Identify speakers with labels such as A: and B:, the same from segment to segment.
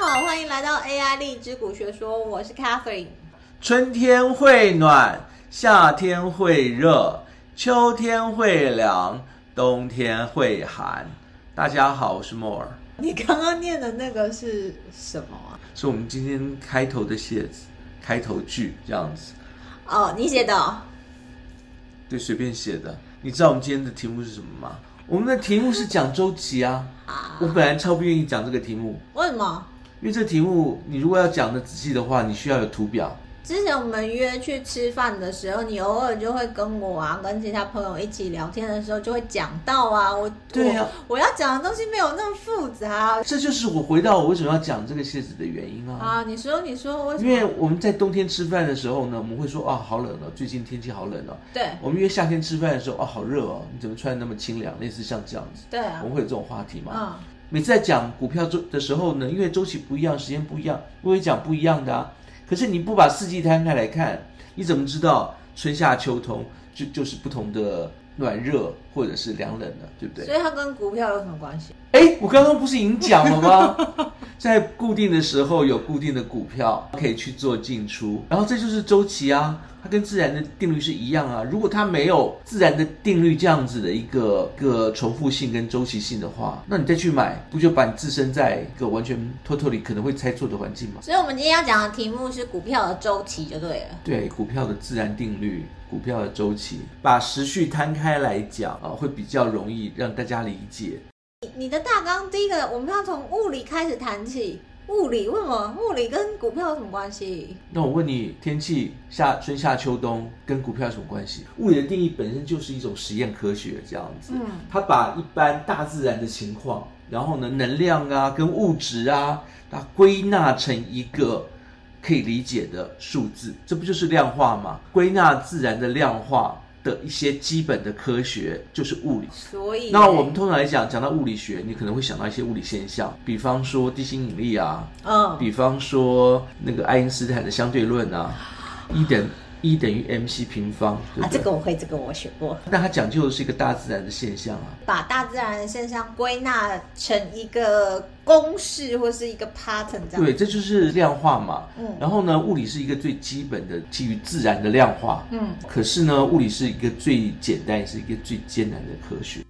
A: 好，欢迎来到 AI 荔枝股学说，我是 Catherine。
B: 春天会暖，夏天会热，秋天会凉，冬天会寒。大家好，我是莫尔，
A: 你刚刚念的那个是什么啊？
B: 是我们今天开头的谢子，开头句这样子，
A: 哦，你写的哦、
B: 对，随便写的。你知道我们今天的题目是什么吗？我们的题目是讲周期啊。
A: 啊？
B: 我本来超不愿意讲这个题目，
A: 为什么？
B: 因为这题目你如果要讲的仔细的话，你需要有图表。
A: 之前我们约去吃饭的时候，你偶尔就会跟我啊，跟其他朋友一起聊天的时候，就会讲到啊，我
B: 对啊嗯
A: 我我要讲的东西没有那么复杂啊
B: 这就是我回到我为什么要讲这个谢子的原因啊。
A: 啊。你说，你说，为什
B: 因
A: 么？
B: 为我们在冬天吃饭的时候呢，我们会说啊，好冷哦，最近天气好冷哦。
A: 对
B: 我们约夏天吃饭的时候，啊，好热哦，你怎么穿得那么清凉？类似像这样子，
A: 对啊
B: 我，们会有这种话题嘛。
A: 嗯，
B: 每次在讲股票周的时候呢，因为周期不一样，时间不一样，我会讲不一样的啊。可是你不把四季摊开来看，你怎么知道春夏秋冬就就是不同的暖热或者是凉冷呢？对不对？
A: 所以它跟股票有什么关系？
B: 哎，我刚刚不是已经讲了吗？ 在固定的时候有固定的股票可以去做进出，然后这就是周期啊，它跟自然的定律是一样啊。如果它没有自然的定律这样子的一个一个重复性跟周期性的话，那你再去买，不就把你置身在一个完全 totally 可能会猜错的环境吗？
A: 所以我们今天要讲的题目是股票的周期，就对了。
B: 对，股票的自然定律，股票的周期，把时序摊开来讲啊，会比较容易让大家理解。
A: 你你的大纲第一个，我们要从物理开始谈起。物理为什么？物理跟股票有什么关系？
B: 那我问你，天气夏春夏秋冬跟股票有什么关系？物理的定义本身就是一种实验科学，这样子，
A: 嗯
B: 它把一般大自然的情况，然后呢，能量啊跟物质啊，它归纳成一个可以理解的数字，这不就是量化吗？归纳自然的量化的一些基本的科学就是物理。
A: 所以
B: 那我们通常来讲，讲到物理学，你可能会想到一些物理现象，比方说地心引力啊，
A: 嗯，
B: 比方说那个爱因斯坦的相对论啊，一等一等于 mc 平方，对
A: 啊
B: 不，
A: 这
B: 对？
A: 个我会，这个我学过。
B: 那它讲究的是一个大自然的现象啊。
A: 把大自然的现象归纳成一个公式或是一个 pattern 这样。
B: 对，这就是量化嘛。
A: 嗯
B: 然后呢，物理是一个最基本的基于自然的量化。
A: 嗯，
B: 可是呢，物理是一个最简单，也是一个最艰难的科学。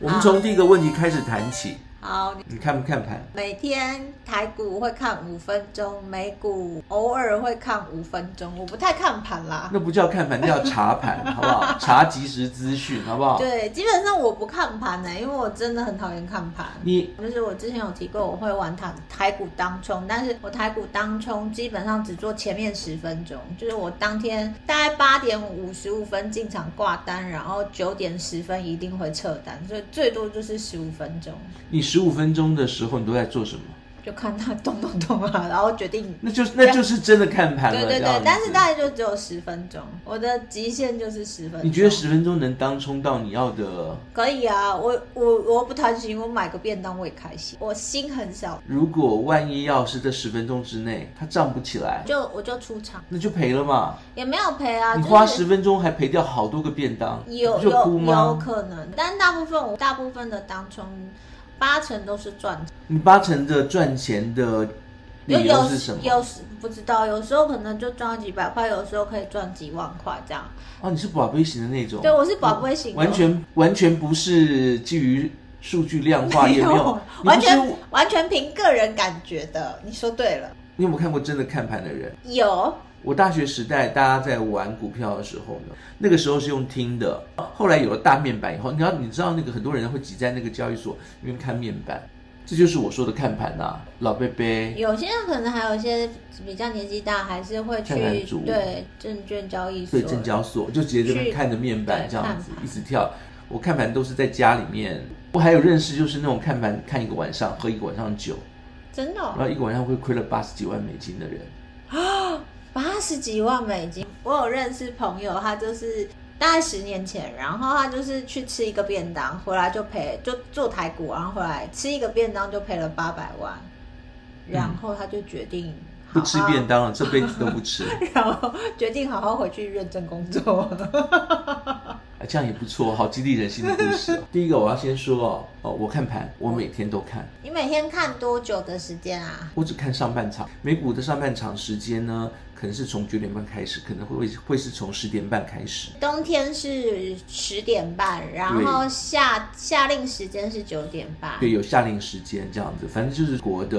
B: 我们从第一个问题开始谈起，
A: 好，
B: 你看不看盘？
A: 每天台股会看五分钟，美股偶尔会看五分钟，我不太看盘啦。
B: 那不叫看盘，那叫查盘， 好不好？查即时资讯，好不好？
A: 对，基本上我不看盘呢、因为我真的很讨厌看盘。
B: 你
A: 就是我之前有提过，我会玩台台股当冲，但是我台股当冲基本上只做前面十分钟，就是我当天大概八点五十五分进场挂单，然后九点十分一定会撤单，所以最多就是十五分钟，
B: 你十五分钟的时候，你都在做什么？
A: 就看它咚咚咚啊，然后决定。
B: 那就是那就是真的看盘了。
A: 对对
B: 这样
A: 对
B: 子，
A: 但是大概就只有十分钟，我的极限就是十分钟。
B: 你觉得十分钟能当冲到你要的？
A: 可以啊？我我我不贪心，我买个便当我也开心，我心很小，
B: 如果万一要是这十分钟之内它涨不起来，
A: 就我就出场，
B: 那就赔了嘛。
A: 也没有赔啊。
B: 你
A: 就是
B: 花十分钟还赔掉好多个便当，
A: 有
B: 你不就哭
A: 有有
B: 吗？
A: 可能，但大部分我大部分的当中，八成都是赚钱。
B: 你八成的赚钱的
A: 有
B: 理由
A: 有
B: 是什么？
A: 有时不知道，有时候可能就赚几百块，有时候可以赚几万块这样。
B: 哦，你是宝贝型的那种。
A: 对，我是宝贝型的，
B: 完全完全不是基于数据量化，也没有，你
A: 完
B: 不是
A: 全完全凭个人感觉的。你说对了，
B: 你有没有看过真的看盘的人？
A: 有
B: 我大学时代，大家在玩股票的时候呢，那个时候是用听的，后来有了大面板以后，你要你知道那个很多人会挤在那个交易所里面看面板，这就是我说的看盘呐、啊老贝贝。
A: 有些人可能还有一些比较年纪大，还是会去
B: 看盘族
A: 对证券交易所
B: 对，证交所就直接这边看着面板
A: 去
B: 这样子
A: 对看盘
B: 一直跳。我看盘都是在家里面，我还有认识就是那种看盘看一个晚上，喝一个晚上酒，
A: 真的哦、
B: 然后一个晚上会亏了八十几万美金的人。
A: 八十几万美金。我有认识朋友，他就是大概十年前，然后他就是去吃一个便当，回来就赔，就做台股，然后回来吃一个便当就赔了八百万，然后他就决定
B: 嗯不吃
A: 好好
B: 便，当了，这辈子都不吃。
A: 然后决定好好回去认真工作。
B: 啊，这样也不错，好激励人心的故事、哦。第一个我要先说哦，哦，我看盘，我每天都看，
A: 你每天看多久的时间啊？
B: 我只看上半场。美股的上半场时间呢，可能是从九点半开始，可能会会是从十点半开始。
A: 冬天是十点半，然后夏夏令时间是九点半。
B: 对，有夏令时间这样子，反正就是国的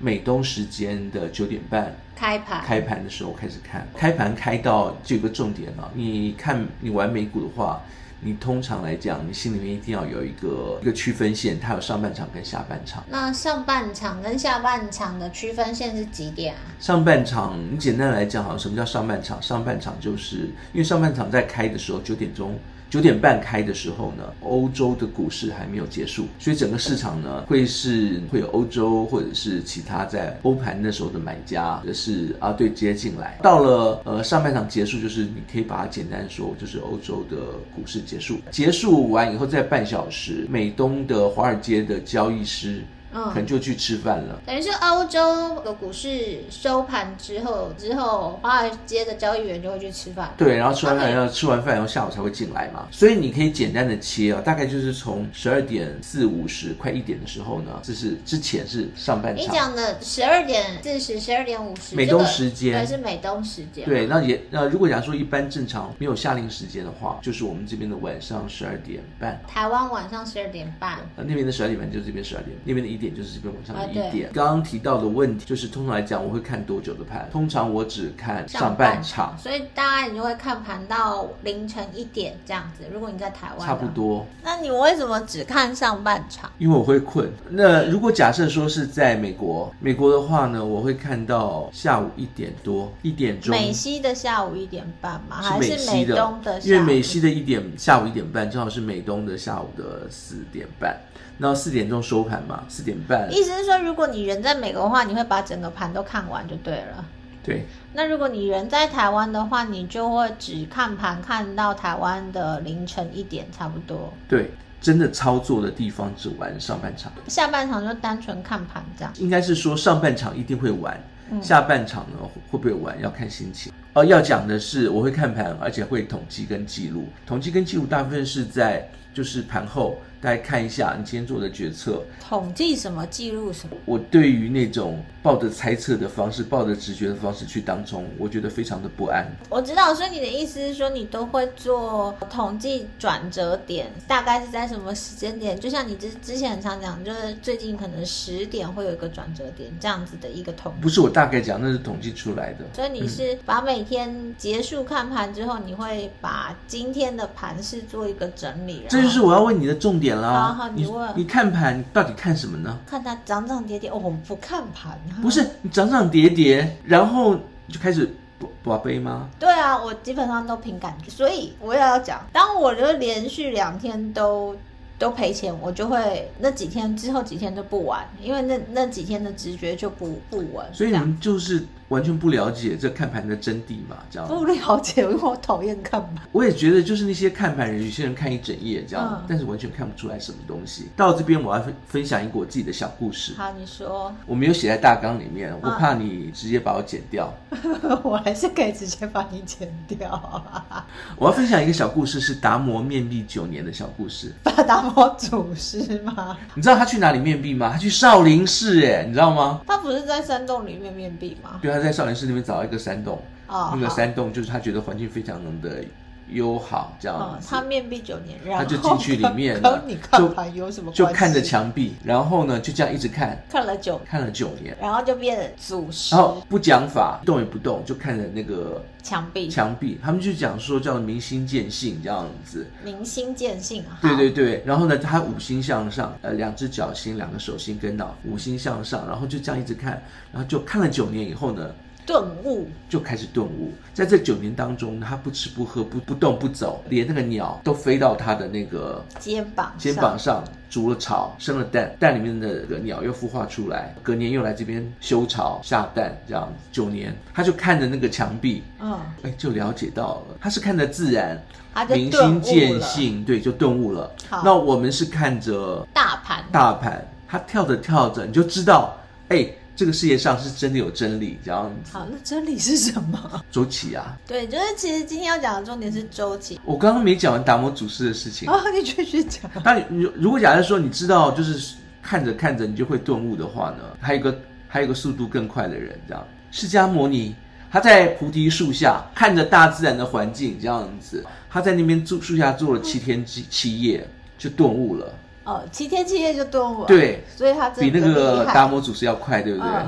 B: 美东时间的九点半
A: 开盘，
B: 开盘的时候开始看，开盘开到就有个重点了、你看你玩美股的话，你通常来讲，你心里面一定要有一个一个区分线，它有上半场跟下半场。
A: 那上半场跟下半场的区分线是几点啊？
B: 上半场，你简单来讲哈，什么叫上半场？上半场就是因为上半场在开的时候九点钟。九点半开的时候呢，欧洲的股市还没有结束，所以整个市场呢会是会有欧洲或者是其他在欧盘那时候的买家，或者是啊对接进来。到了呃上半场结束，就是你可以把它简单说，就是欧洲的股市结束。结束完以后，在半小时，美东的华尔街的交易师可能
A: 嗯，
B: 就去吃饭了。
A: 等于是欧洲的股市收盘之后，之后华尔街的交易员就会去吃饭。
B: 对，然后吃完饭
A: 对
B: 要吃完饭以后下午才会进来嘛，所以你可以简单的切啊，大概就是从十二点四五十快一点的时候呢，这是之前是上半
A: 你
B: 场，
A: 讲的十二点四十、十二点五十，
B: 美
A: 这个
B: 东时间
A: 对，是美东时间。
B: 对，那也那如果假如说一般正常没有夏令时间的话，就是我们这边的晚上十二点半，
A: 台湾晚上十二点半，
B: 呃那边的十二点半就是这边十二点，那边的一点就是这边晚上
A: 啊
B: 的
A: 对
B: 一点。刚刚提到的问题就是，通常来讲我会看多久的盘？通常我只看上半场，
A: 所以大概你就会看盘到凌晨一点这样子。如果你在台湾，啊
B: 差不。多。
A: 那你为什么只看上半场？
B: 因为我会困。那如果假设说是在美国，美国的话呢，我会看到下午一点多、一点钟，
A: 美西的下午一点半吗？
B: 是
A: 还
B: 美
A: 是
B: 西
A: 美
B: 的，
A: 东的下午？
B: 因为美西的一点下午一点半正好是美东的下午的四点半，然后四点钟收盘嘛，四点半，
A: 意思是说，如果你人在美国的话，你会把整个盘都看完就对了。
B: 对，
A: 那如果你人在台湾的话，你就会只看盘看到台湾的凌晨一点差不多，
B: 对，真的操作的地方只玩上半场，
A: 下半场就单纯看盘这样。
B: 应该是说上半场一定会玩，
A: 嗯
B: 下半场呢会不会玩要看心情。呃，要讲的是我会看盘，而且会统计跟记录。统计跟记录大部分是在就是盘后，大家看一下你今天做的决策。
A: 统计什么，记录什么。
B: 我对于那种抱着猜测的方式、抱着直觉的方式去当中，我觉得非常的不安。
A: 我知道，所以你的意思是说，你都会做统计转折点，大概是在什么时间点？就像你之之前很常讲，就是最近可能十点会有一个转折点这样子的一个统
B: 不
A: 计。
B: 是我大概讲，那是统计出来的。
A: 所以你是把每天结束看盘之后，你会把今天的盘势做一个整理，
B: 这就是
A: 然后
B: 我要问你的重点啦。
A: 哦好好你
B: 你
A: 问
B: 你看盘到底看什么呢？
A: 看它涨涨跌跌。哦，我不看盘、啊，
B: 不是你涨涨跌跌，然后就开始宝宝贝吗？
A: 对啊，我基本上都凭感觉，所以我也要讲，当我就连续两天都都赔钱，我就会那几天之后几天就不玩，因为那那几天的直觉就不不稳，
B: 所
A: 这
B: 以你
A: 样
B: 们就是完全不了解这看盘的真谛嘛？这样，
A: 不了解，因为我讨厌看嘛。
B: 我也觉得就是那些看盘人，有些人看一整夜这样，
A: 嗯
B: 但是完全看不出来什么东西。到这边我要分分享一个我自己的小故事，
A: 好，你说，
B: 我没有写在大纲里面，我怕你直接把我剪掉。
A: 我还是可以直接把你剪掉、啊，
B: 我要分享一个小故事，是达摩面壁九年的小故事。
A: 把达摩祖师吗？
B: 你知道他去哪里面壁吗？他去少林寺，哎，你知道吗？
A: 他不是在山洞里面面壁吗？
B: 对，他在少林寺那边找到一个山洞，
A: 哦，
B: 那个
A: 好
B: 山洞就是他觉得环境非常的友好，这
A: 哦
B: 样，
A: 他
B: 子。
A: 面壁九年，然
B: 啊他
A: 后
B: 就进去里面了
A: 跟你
B: 就
A: 看盘有什么
B: 就
A: 关
B: 看着
A: 系，
B: 墙壁，然后呢就这样一直看，
A: 看了九
B: 看了九年，
A: 然后就变成祖师
B: 然后不讲法，动也不动，就看着那个
A: 墙壁，
B: 墙壁。他们就讲说叫明心见性这样子，
A: 明心见性啊。
B: 对对对。然后呢，他五心向上，呃，两只脚心，两个手心跟脑，五心向上，然后就这样一直看，然后就看了九年以后呢，
A: 好，顿悟
B: 就开始顿悟。在这九年当中，他不吃不喝不不动不走，连那个鸟都飞到他的那个
A: 肩膀上
B: 肩膀上筑了巢，生了蛋，蛋里面的鸟又孵化出来，隔年又来这边修巢下蛋，这样九年，他就看着那个墙壁，
A: 嗯，
B: 哎，就了解到了，他是看着自然，
A: 他啊就
B: 明
A: 顿
B: 心
A: 悟
B: 见
A: 了。
B: 性，对，就顿悟了。
A: 好
B: 那我们是看着
A: 大盘
B: 大盘，它跳着跳着，你就知道，哎，这个世界上是真的有真理这样子。
C: 好，那真理是什么？
B: 周期啊，
A: 对，就是其实今天要讲的重点是周期，
B: 我刚刚没讲完达摩祖师的事情。
C: 哦，你继续讲。
B: 当你如如果假设说你知道，就是看着看着你就会顿悟的话呢，还有一个还有一个速度更快的人，这样释迦牟尼。他在菩提树下看着大自然的环境，这样子，他在那边住树下住了七天七七夜，就顿悟了，
A: 哦，七天七夜就顿悟了，
B: 对，
A: 所以他真
B: 比
A: 的
B: 那个
A: 厉害
B: 达摩祖师要快，对不对？
A: 嗯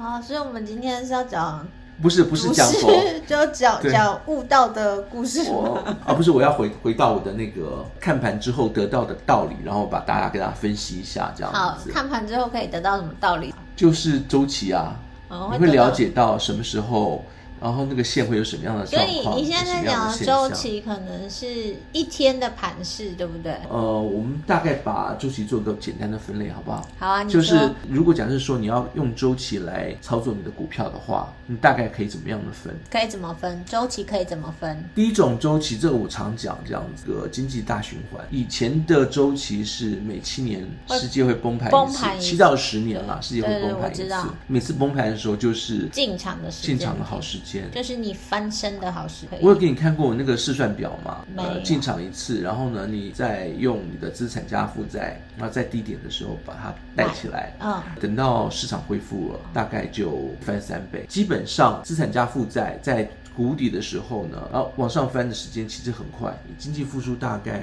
A: 啊，所以我们今天是要讲
B: 不是不是讲佛，
A: 就讲
B: 对
A: 讲悟道的故事
B: 我
A: 吗？
B: 啊不是我要回回到我的那个看盘之后得到的道理，然后把大家给大家分析一下，这样
A: 好
B: 子，
A: 看盘之后可以得到什么道理？
B: 就是周期啊，
A: 哦
B: 你
A: 会
B: 会
A: 得到
B: 了解到什么时候，然后那个线会有什么样的
A: 所
B: 状
A: 以
B: 况，
A: 你现在
B: 有什
A: 在
B: 么样
A: 讲
B: 的
A: 的
B: 现
A: 周
B: 象。
A: 期，可能是一天的盘势，对不对？
B: 呃，我们大概把周期做个简单的分类，好不好？
A: 好啊，你
B: 就
A: 说。
B: 是如果假设说你要用周期来操作你的股票的话，你大概可以怎么样的分？
A: 可以怎么分？周期可以怎么分？
B: 第一种周期，这个我常讲，这样子个经济大循环。以前的周期是每七年
A: 会
B: 世界会崩盘
A: 崩
B: 一次
A: 盘，一次
B: 七到十年啦，世界会
A: 对对
B: 崩盘一
A: 我知
B: 次
A: 道。
B: 每次崩盘的时候就是
A: 进场的时间
B: 进场的好时间。
A: 就是你翻身的好时刻。
B: 我有给你看过我那个试算表嘛？
A: 没有
B: 呃，进场一次，然后呢，你再用你的资产加负债，那在低点的时候把它带起来，
A: 嗯，
B: 等到市场恢复了，大概就翻三倍。基本上资产加负债在谷底的时候呢，然后往上翻的时间其实很快，经济复苏大概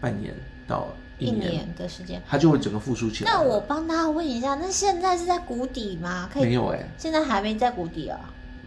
B: 半年到一
A: 一
B: 年，
A: 年的时间。
B: 它就会整个复苏起来了。
A: 那我帮大家问一下，那现在是在谷底吗？可
B: 没
A: 以，
B: 有哎、
A: 现在还没在谷底哦。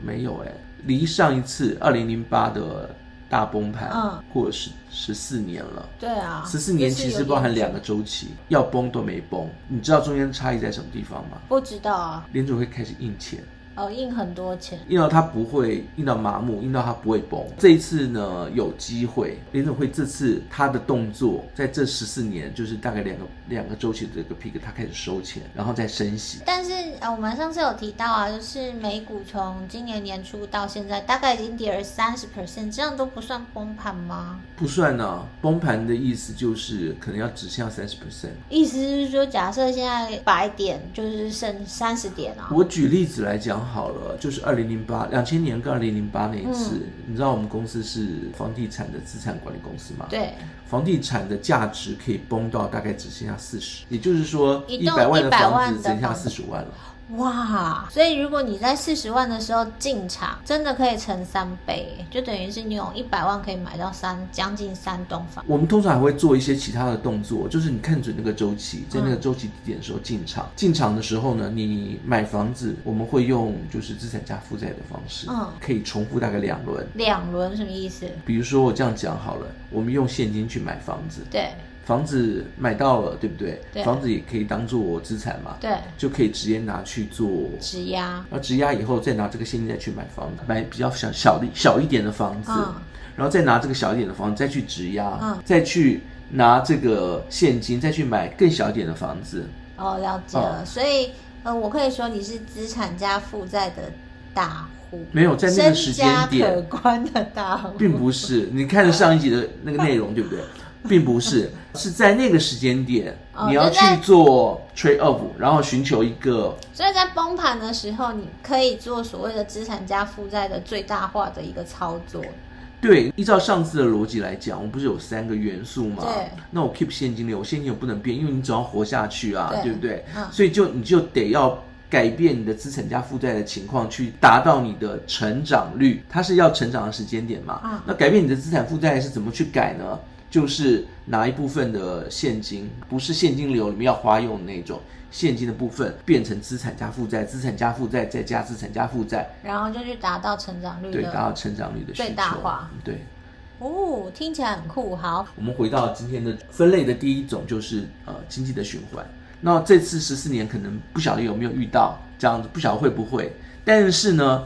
B: 没有哎、离上一次二零零八的大崩盘，
A: 嗯
B: 过了十十四年了。
A: 对啊，
B: 十四年
A: 就是
B: 其
A: 有
B: 实包含
A: 点
B: 两个周期，要崩都没崩。你知道中间差异在什么地方吗？
A: 不知道啊，
B: 联储会开始印钱，
A: 哦，印很多钱。
B: 印到它不会印到麻木，印到它不会崩。这一次呢，有机会，联总会这次它的动作，在这十四年就是大概两个两个周期的这个 peak，它开始收钱，然后再升息。
A: 但是呃，我们上次有提到啊，就是美股从今年年初到现在，大概已经跌了三十 percent，这样都不算崩盘吗？
B: 不算呢、崩盘的意思就是可能要指向三十 percent。
A: 意思是说，假设现在百点就是剩三十点啊，
B: 我举例子来讲好了，就是二零零八两千年跟二零零八那一次，你知道我们公司是房地产的资产管理公司吗？
A: 对，
B: 房地产的价值可以崩到大概只剩下四十，也就是说
A: 一
B: 一
A: 栋
B: 百万的
A: 100
B: 房
A: 万
B: 子只
A: 的
B: 剩下
A: 房
B: 四
A: 子
B: 十万了。
A: 哇！所以如果你在四十万的时候进场，真的可以乘三倍，就等于是你有一百万可以买到三将近三栋房。
B: 我们通常还会做一些其他的动作，就是你看准那个周期，在那个周期低点的时候进场。进场的时候呢，你买房子，我们会用就是资产加负债的方式，
A: 嗯
B: 可以重复大概两轮。
A: 两轮什么意思？
B: 比如说我这样讲好了，我们用现金去买房子，
A: 对
B: 房子买到了，对不对？
A: 对
B: 房子也可以当做资产嘛，
A: 对，
B: 就可以直接拿去做
A: 质押，
B: 然后质押以后，再拿这个现金再去买房，买比较小小的小一点的房子，
A: 嗯
B: 然后再拿这个小一点的房子再去质押，
A: 嗯
B: 再去拿这个现金再去买更小一点的房子。
A: 哦，了解了。
B: 嗯
A: 所以呃，我可以说你是资产加负债的大户，
B: 没有在那个时间点
A: 身家可观的大户，
B: 并不是，你看了上一集的那个内容，对不对？并不是，是在那个时间点，
A: 哦
B: 你要
A: 就
B: 去
A: 在
B: 做 trade off，然后寻求一个
A: 所以在崩盘的时候，你可以做所谓的资产加负债的最大化的一个操作。
B: 对，依照上次的逻辑来讲，我不是有三个元素吗？
A: 对。
B: 那我 keep 现金流，我现金流不能变，因为你总要活下去啊，
A: 对
B: 对不对？
A: 嗯
B: 所以就你就得要改变你的资产加负债的情况，去达到你的成长率。它是要成长的时间点嘛？
A: 嗯
B: 那改变你的资产负债是怎么去改呢？就是拿一部分的现金，不是现金流里面要花用的那种，现金的部分变成资产加负债，资产加负债再加资产加负债，
A: 然后就去达到成长率
B: 对，达
A: 的
B: 到成长率的需求。
A: 最大化
B: 对。
A: 哦，听起来很酷。好，
B: 我们回到今天的分类的第一种就是呃经济的循环。那这次十四年可能不晓得有没有遇到这样子，不晓得会不会。但是呢，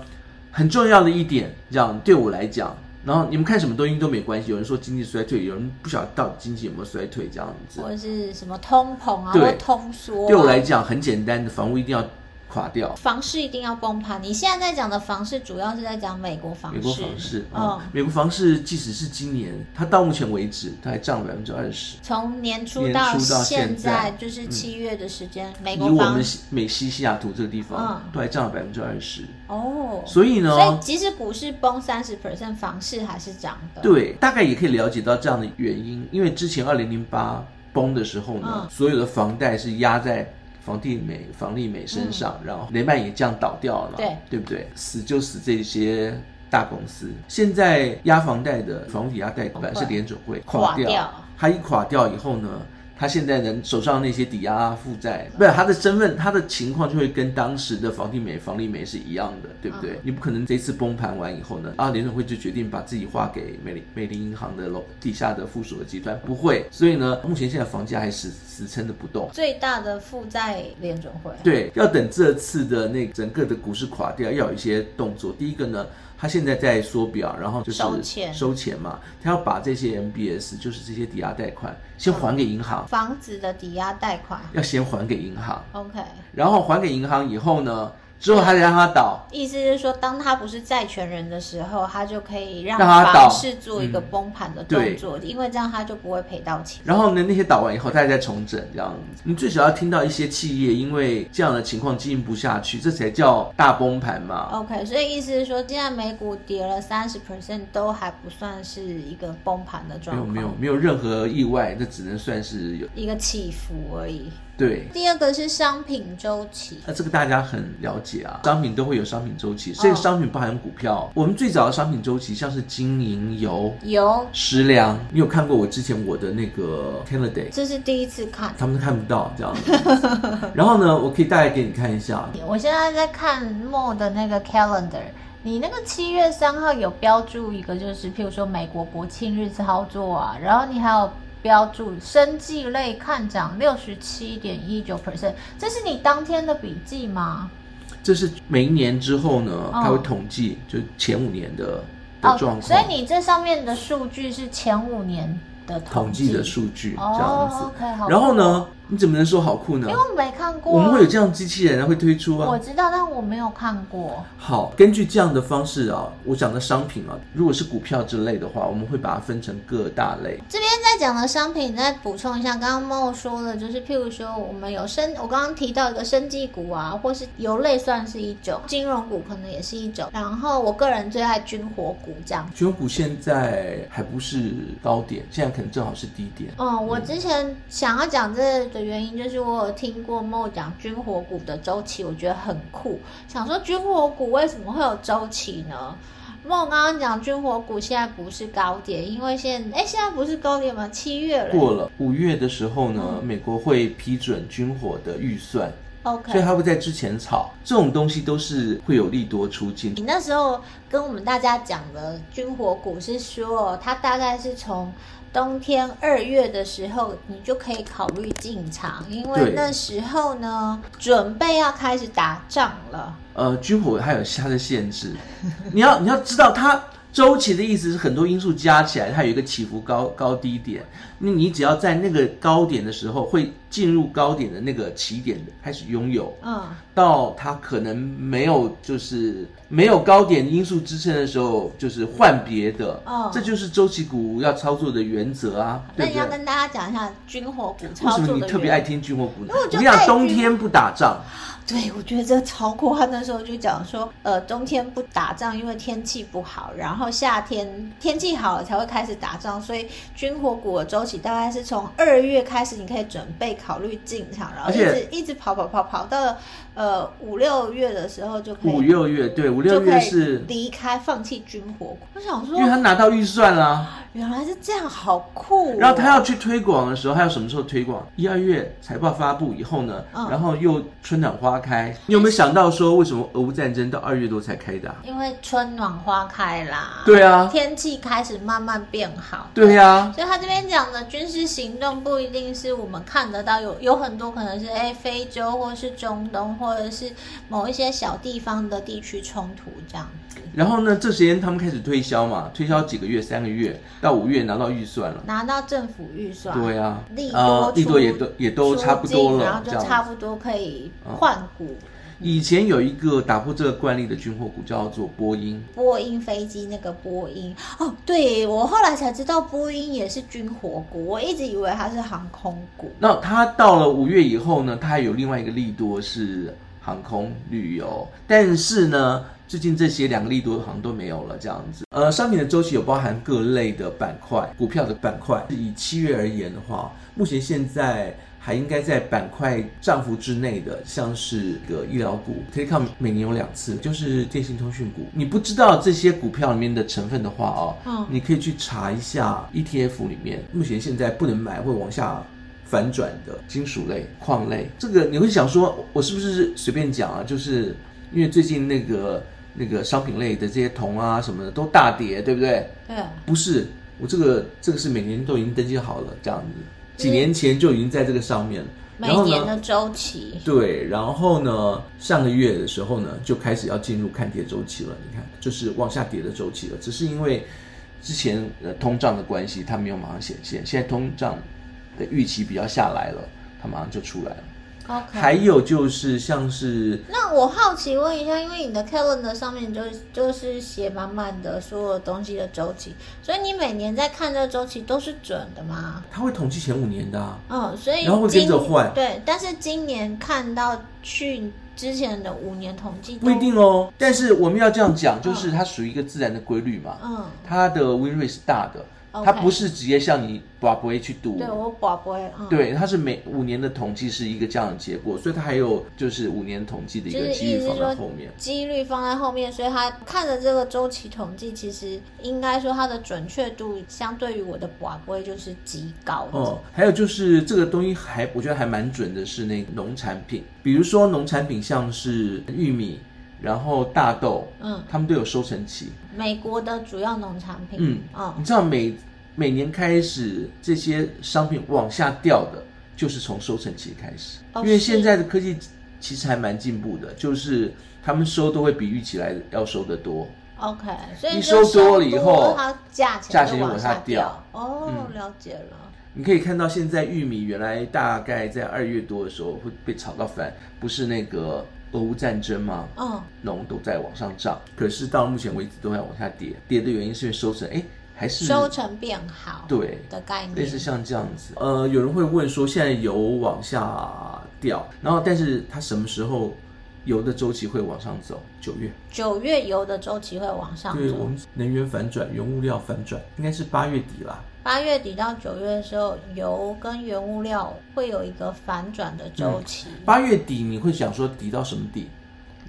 B: 很重要的一点，这样对我来讲，然后你们看什么东西都没关系。有人说经济衰退，有人不晓得到底经济有没有衰退这样子。
A: 或者是什么通膨啊，
B: 对
A: 或通缩、啊，
B: 对我来讲很简单的，房屋一定要垮掉。
A: 房市一定要崩盘。你现在在讲的房市，主要是在讲美国房市。
B: 美国房市啊、
A: 嗯，
B: 美国房市即使是今年，它到目前为止它还涨了百分之二十。
A: 从年初
B: 年
A: 到
B: 初到
A: 现
B: 现在嗯
A: 就是七月的时间，美
B: 以
A: 国
B: 我
A: 房
B: 们西美西西雅图这个地方，
A: 嗯
B: 都还涨了百分之二十。
A: 哦，
B: 所以呢，
A: 所以即使股市崩三十 percent，房市还是涨的。，
B: 对，大概也可以了解到这样的原因，因为之前二零零八崩的时候呢，
A: 嗯
B: 所有的房贷是压在。房地美、房利美身上，然后雷曼也这样倒掉了嘛，
A: 嗯对
B: 对不对？死就死这些大公司。现在压房贷的房屋抵押贷款是联准会
A: 垮
B: 垮掉，
A: 掉
B: 它一垮掉以后呢，他现在的手上那些抵押负债，不是他的身份，他的情况就会跟当时的房地美、房利美是一样的，对不对？你不可能这次崩盘完以后呢，啊，联总会就决定把自己划给美林美林银行的楼底下的附属的集团，不会。所以呢，目前现在房价还死死撑的不动。
A: 最大的负债联准会。
B: 对，要等这次的那整个的股市垮掉，要有一些动作。第一个呢，他现在在缩表，然后就是
A: 收钱
B: 收钱嘛，他要把这些 MBS，就是这些抵押贷款，先还给银行，
A: 房子的抵押贷款
B: 要先还给银行。
A: ，OK，
B: 然后还给银行以后呢，之后还得让它倒，
A: 意思是说，当他不是债权人的时候，他就可以让
B: 让他倒嗯
A: 房市做一个崩盘的动作，因为这样他就不会赔到钱。
B: 然后呢那些倒完以后，大家再重整这样子。你最少要听到一些企业因为这样的情况经营不下去，这才叫大崩盘嘛。
A: OK，所以意思是说，现在美股跌了三十 percent 都还不算是一个崩盘的哦
B: 没
A: 状
B: 有
A: 况，
B: 没有没有任何意外，那只能算是有
A: 一个起伏而已。
B: 对。
A: 第二个是商品周期，
B: 那这个大家很了解啊，商品都会有商品周
A: 哦
B: 期，这个商品包含股票。我们最早的商品周期像是金银油、
A: 有，
B: 食粮，你有看过我之前我的那个 Canada？
A: 这是第一次看。
B: 他们都看不到这样子。 然后呢，我可以大概给你看一下，
A: 我现在在看莫的那个 calendar，你那个七月三号有标注一个，就是譬如说美国国庆日操作啊，然后你还有标注生计类看涨六十七点一九 percent，这是你当天的笔记吗？
B: 这是每一年之后
A: 哦
B: 呢，它会统计就是前五年的的状况，
A: 所以你这上面的数据是前五年的
B: 统计的数据这样
A: 哦
B: 子。
A: ，OK，好。
B: 然后？呢，你怎么能说好酷呢
A: 因？为我没看过啊，
B: 我们会有这样的机器人会推出
A: 我
B: 啊。
A: 知道，但我没有看过。
B: 好，根据这样的方式啊，我讲的商品啊，如果是股票之类的话，我们会把它分成各大类。
A: 这边在讲的商品，再补充一下，刚刚猫说的，就是譬如说，我们有生，我刚刚提到一个生技股啊，或是油类算是一种，金融股可能也是一种。然后我个人最爱军火股这样。
B: 全股现在还不是高点，现在可能正好是低点。
A: 嗯，我之前想要讲这个的原因，就是我有听过梦讲军火股的周期，我觉得很酷。想说军火股为什么会有周期呢？梦刚刚讲军火股现在不是高点，因为现哎现在不是高点吗？七月了。
B: 过了五月的时候呢，美国会批准军火的预算，
A: OK。
B: 所以它会在之前炒。这种东西都是会有利多出尽
A: 你。那时候跟我们大家讲的军火股是说，它大概是从冬天二月的时候，你就可以考虑进场，因为
B: 对
A: 那时候呢，准备要开始打仗了。
B: 呃，军火还有它的限制， 你要你要知道它。周期的意思是很多因素加起来，它有一个起伏高高低点。那你只要在那个高点的时候，会进入高点的那个起点开始拥有，
A: 嗯，
B: 到它可能没有就是没有高点因素支撑的时候，就是换别的。
A: 哦
B: 这就是周期股要操作的原则啊，
A: 那你
B: 对不对
A: 要？跟大家讲一下军火股
B: 为
A: 操
B: 什么
A: 作
B: 你
A: 的
B: 特别爱
A: 原
B: 听军火股呢？
A: 为我
B: 我
A: 就
B: 跟你讲
A: 爱，
B: 冬天不打仗，
A: 对，我觉得这超过他那时候就讲说，呃，冬天不打仗，因为天气不好，然后夏天天气好了才会开始打仗，所以军火股的周期大概是从二月开始，你可以准备考虑进场，然后
B: 而
A: 一
B: 且
A: 直一直跑跑跑跑到了呃五六月的时候就可以
B: 五六月对五
A: 就
B: 六
A: 可
B: 月
A: 以
B: 是，
A: 离开放弃军火股。我想
B: 因为他
A: 说，
B: 拿到预算啦，
A: 原来是这样，好酷哦、
B: 然后他要去推广的时候，他要什么时候推广？一二月财报发布以后呢，
A: 嗯
B: 然后又春暖花开。你有没有想到说，为什么俄乌战争到二月多才开打？
A: 因为春暖花开啦，
B: 对啊，
A: 天气开始慢慢变好，
B: 对啊呀，
A: 所以他这边讲的军事行动不一定是我们看得到，有有很多可能是哎非洲或是中东或者是某一些小地方的地区冲突这样子。
B: 然后呢，这时间他们开始推销嘛，推销几个月，三个月到五月拿到预算了。
A: 拿到政府预算，
B: 对啊
A: 利，多出
B: 啊，利多也都也都
A: 出
B: 差不多
A: 境
B: 了，
A: 然后
B: 这嗯
A: 就
B: 样子
A: 差不多可以换股。
B: 以前有一个打破这个惯例的军火股叫做波音，
A: 波音飞机那个波音哦，对我后来才知道波音也是军火股，我一直以为它是航空股。
B: 那它到了五月以后呢，它还有另外一个利多是航空旅游，但是呢，最近这些两个利多好像都没有了这样子。呃，商品的周期有包含各类的板块，股票的板块。以七月而言的话，目前现在。还应该在板块涨幅之内的，像是个医疗股，Telecom 每年有两次，就是电信通讯股。你不知道这些股票里面的成分的话哦，
A: 嗯
B: 你可以去查一下 ETF 里面，目前现在不能买会往下反转的金属类、矿类，这个你会想说，我是不是随便讲啊？就是因为最近那个那个商品类的这些铜啊什么的都大跌，对不对？
A: 对啊，
B: 不是，我这个这个是每年都已经登记好了，这样子，几年前就已经在这个上面了。
A: 每
B: 然后
A: 年
B: 呢？
A: 的周期
B: 对，然后呢，上个月的时候呢，就开始要进入看跌周期了。你看，就是往下跌的周期了。只是因为之前呃通胀的关系，它没有马上显现，现在通胀的预期比较下来了，它马上就出来了。
A: ，OK。
B: 还有就是像是
A: 那我好奇问一下，因为你的 calendar 上面就就是写满满的所有东西的周期，所以你每年在看这个周期都是准的吗？
B: 它会统计前五年的、啊，
A: 嗯，所以
B: 然后会跟着
A: 今
B: 换
A: 对，但是今年看到去之前的五年统计都
B: 不一定哦。但是我们要这样讲，就是它属于一个自然的规律嘛。
A: 嗯，
B: 它的 win rate 是大的，
A: OK
B: 它不是直接像你把不会去赌。
A: 对我宝贝，嗯，，
B: 对，它是每五年的统计是一个这样的结果，所以它还有就是五年统计的一
A: 就
B: 个
A: 是
B: 机
A: 意
B: 遇
A: 思
B: 放在
A: 说
B: 后面。
A: 几率放在后面，所以他看着这个周期统计，其实应该说它的准确度相对于我的宝贝就是极高的。
B: 哦，还有就是这个东西还我觉得还蛮准的是那个农产品，比如说农产品像是玉米，然后大豆，
A: 嗯，
B: 它们都有收成期。
A: 美国的主要农产品，
B: 嗯你知道每每年开始这些商品往下掉的，就是从收成期开始，
A: 哦
B: 因为
A: 是
B: 现在的科技其实还蛮进步的，就是他们收都会比预期来的要收得多。
A: OK，所以
B: 你
A: 就
B: 收多了以后
A: 它价钱
B: 价钱
A: 就
B: 往
A: 往
B: 下
A: 下
B: 掉。
A: 哦，
B: 嗯
A: 了解了。
B: 你可以看到，现在玉米原来大概在二月多的时候会被炒到翻，不是那个俄乌战争吗？
A: 嗯，
B: 农都在往上涨，可是到目前为止都在往下跌。跌的原因是因为收成，哎，还是
A: 收成变好，
B: 对，
A: 的概
B: 类
A: 念。
B: 似像这样子。呃，有人会问说，现在油往下掉，然后但是它什么时候油的周期会往上走？九月。
A: 九月油的周期会往上
B: 对我
A: 走，
B: 们能源反转，原物料反转，应该是八月底啦。
A: 八月底到九月的时候，油跟原物料会有一个反转的周期。
B: 八月底你会想说底到什么底？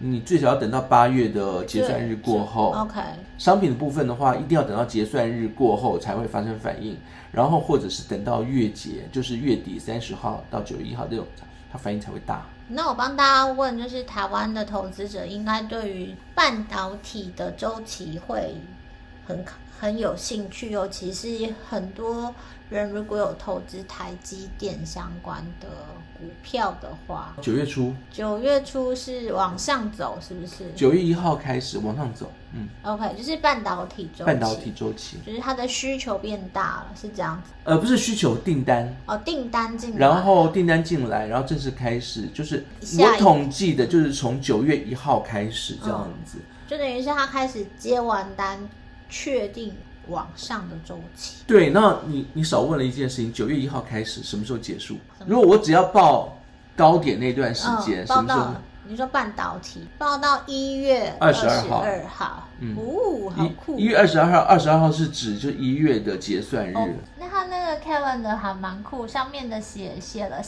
B: 你最少要等到八月的结算日过后。
A: OK，
B: 商品的部分的话，一定要等到结算日过后才会发生反应，然后或者是等到月结，就是月底三十号到九月一号这种，它反应才会大。
A: 那我帮大家问，就是台湾的投资者应该对于半导体的周期会很很有兴趣，尤其是很多人如果有投资台积电相关的股票的话，
B: 九月初，
A: 九月初是往上走，是不是
B: 九月一号开始往上走，嗯，
A: ？OK，就是半导体周期，
B: 半导体周期，
A: 就是它的需求变大了，是这样子。
B: 呃，不是需求订单，
A: 哦，订单进来，
B: 然后订单进来，然后正式开始，就是
A: 下一
B: 我统计的就是从九月一号开始这样子。
A: 就等于是它开始接完单，确定往上的周期。
B: 对，那你你少问了一件事情，九月一号开始，什么时候结束？如果我只要报高点那段时间，
A: 嗯、
B: 什
A: 报
B: 么时候
A: 到？你说半导体报到一月
B: 22号
A: 二号，
B: 嗯
A: 哦，好酷。
B: 一一月二十二号，二十二号是指就一月的结算日。
A: 哦，那它那个 calendar 还蛮酷，上面的写写了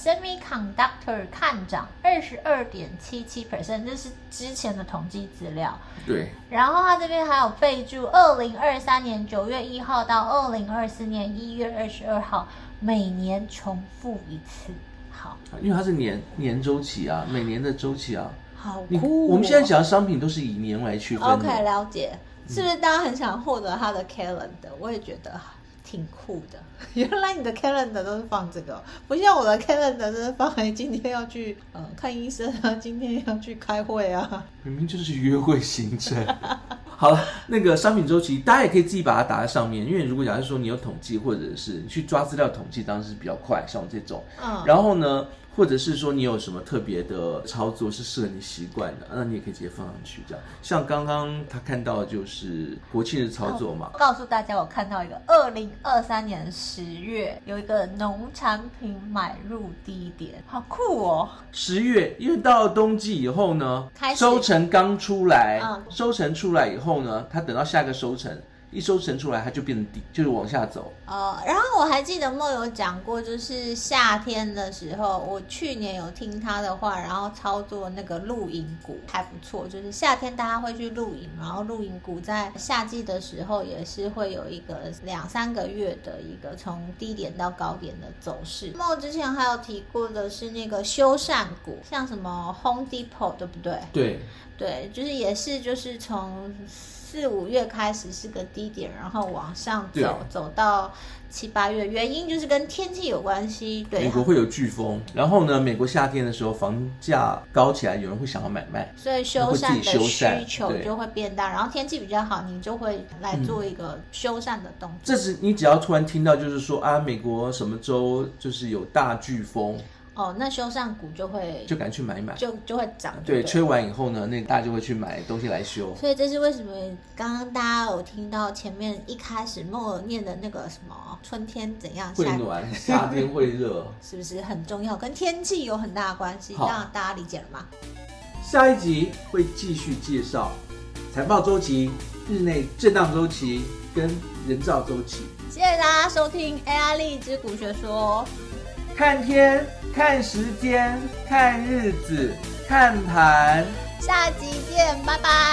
A: semiconductor 看涨二十二点七七 percent，这是之前的统计资料。
B: 对，
A: 然后它这边还有备注，二零二三年九月一号到二零二四年一月二十二号，每年重复一次。好，
B: 因为它是年年周期啊，每年的周期啊。
A: 好
B: 你
A: 酷哦、
B: 我们现在讲的商品都是以年来区分的。
A: OK 了解，是不是大家很想获得他的 calendar？我也觉得挺酷的。 原来你的 calendar 都是放这个哦，不像我的 calendar 都是放哎，今天要去呃看医生啊，今天要去开会啊。
B: 明明就是约会行程。 好了，那个商品周期，大家也可以自己把它打在上面，因为如果假如说你有统计，或者是你去抓资料统计，当然是比较快，像我这种。
A: 嗯，
B: 然后呢，或者是说你有什么特别的操作是适合你习惯的，那你也可以直接放上去这样。像刚刚他看到的就是国庆日操作嘛，
A: 告诉大家，我看到一个二零二三年十月有一个农产品买入低点，好酷哦！
B: 十月，因为到了冬季以后呢
A: 开，始
B: 收成刚出来，
A: 嗯
B: 收成出来以后呢，它等到下个收成，一收成出来它就变成低，就是往下走。
A: 呃，然后我还记得梦有讲过，就是夏天的时候，我去年有听他的话，然后操作那个露营股还不错，就是夏天大家会去露营，然后露营股在夏季的时候也是会有一个两三个月的一个从低点到高点的走势。梦之前还有提过的是那个修缮股，像什么 Home Depot 对不对？
B: 对，
A: 对，就是也是就是从四五月开始是个低点，然后往上
B: 对啊
A: 走，走到七八月，原因就是跟天气有关系。对
B: 美
A: 啊，
B: 国会有飓风，然后呢，美国夏天的时候房价高起来，有人会想要买卖。
A: 所以修缮
B: 会自己修
A: 的
B: 缮
A: 需求
B: 对嗯
A: 就会变大，然后天气比较好，你就会来做一个修缮的动作。
B: 这时你只要突然听到就是说啊，美国什么州就是有大飓风，
A: 哦，那修缮股就会
B: 就赶去买一买。
A: 就就会涨。
B: 对，
A: 不
B: 吹完以后呢，那大家就会去买东西来修。
A: 所以这是为什么刚刚大家有听到前面一开始默念的那个什么春天怎样，
B: 会
A: 夏
B: 暖，夏天会热。
A: 是不是很重要？跟天气有很大的关系，
B: 好
A: 让大家理解了吗？
B: 下一集会继续介绍财报周期、日内震荡周期跟人造周期。
A: 谢谢大家收听 AI 力之股学说，
B: 看天、看时间、看日子、看盘。
A: 下集见，拜拜。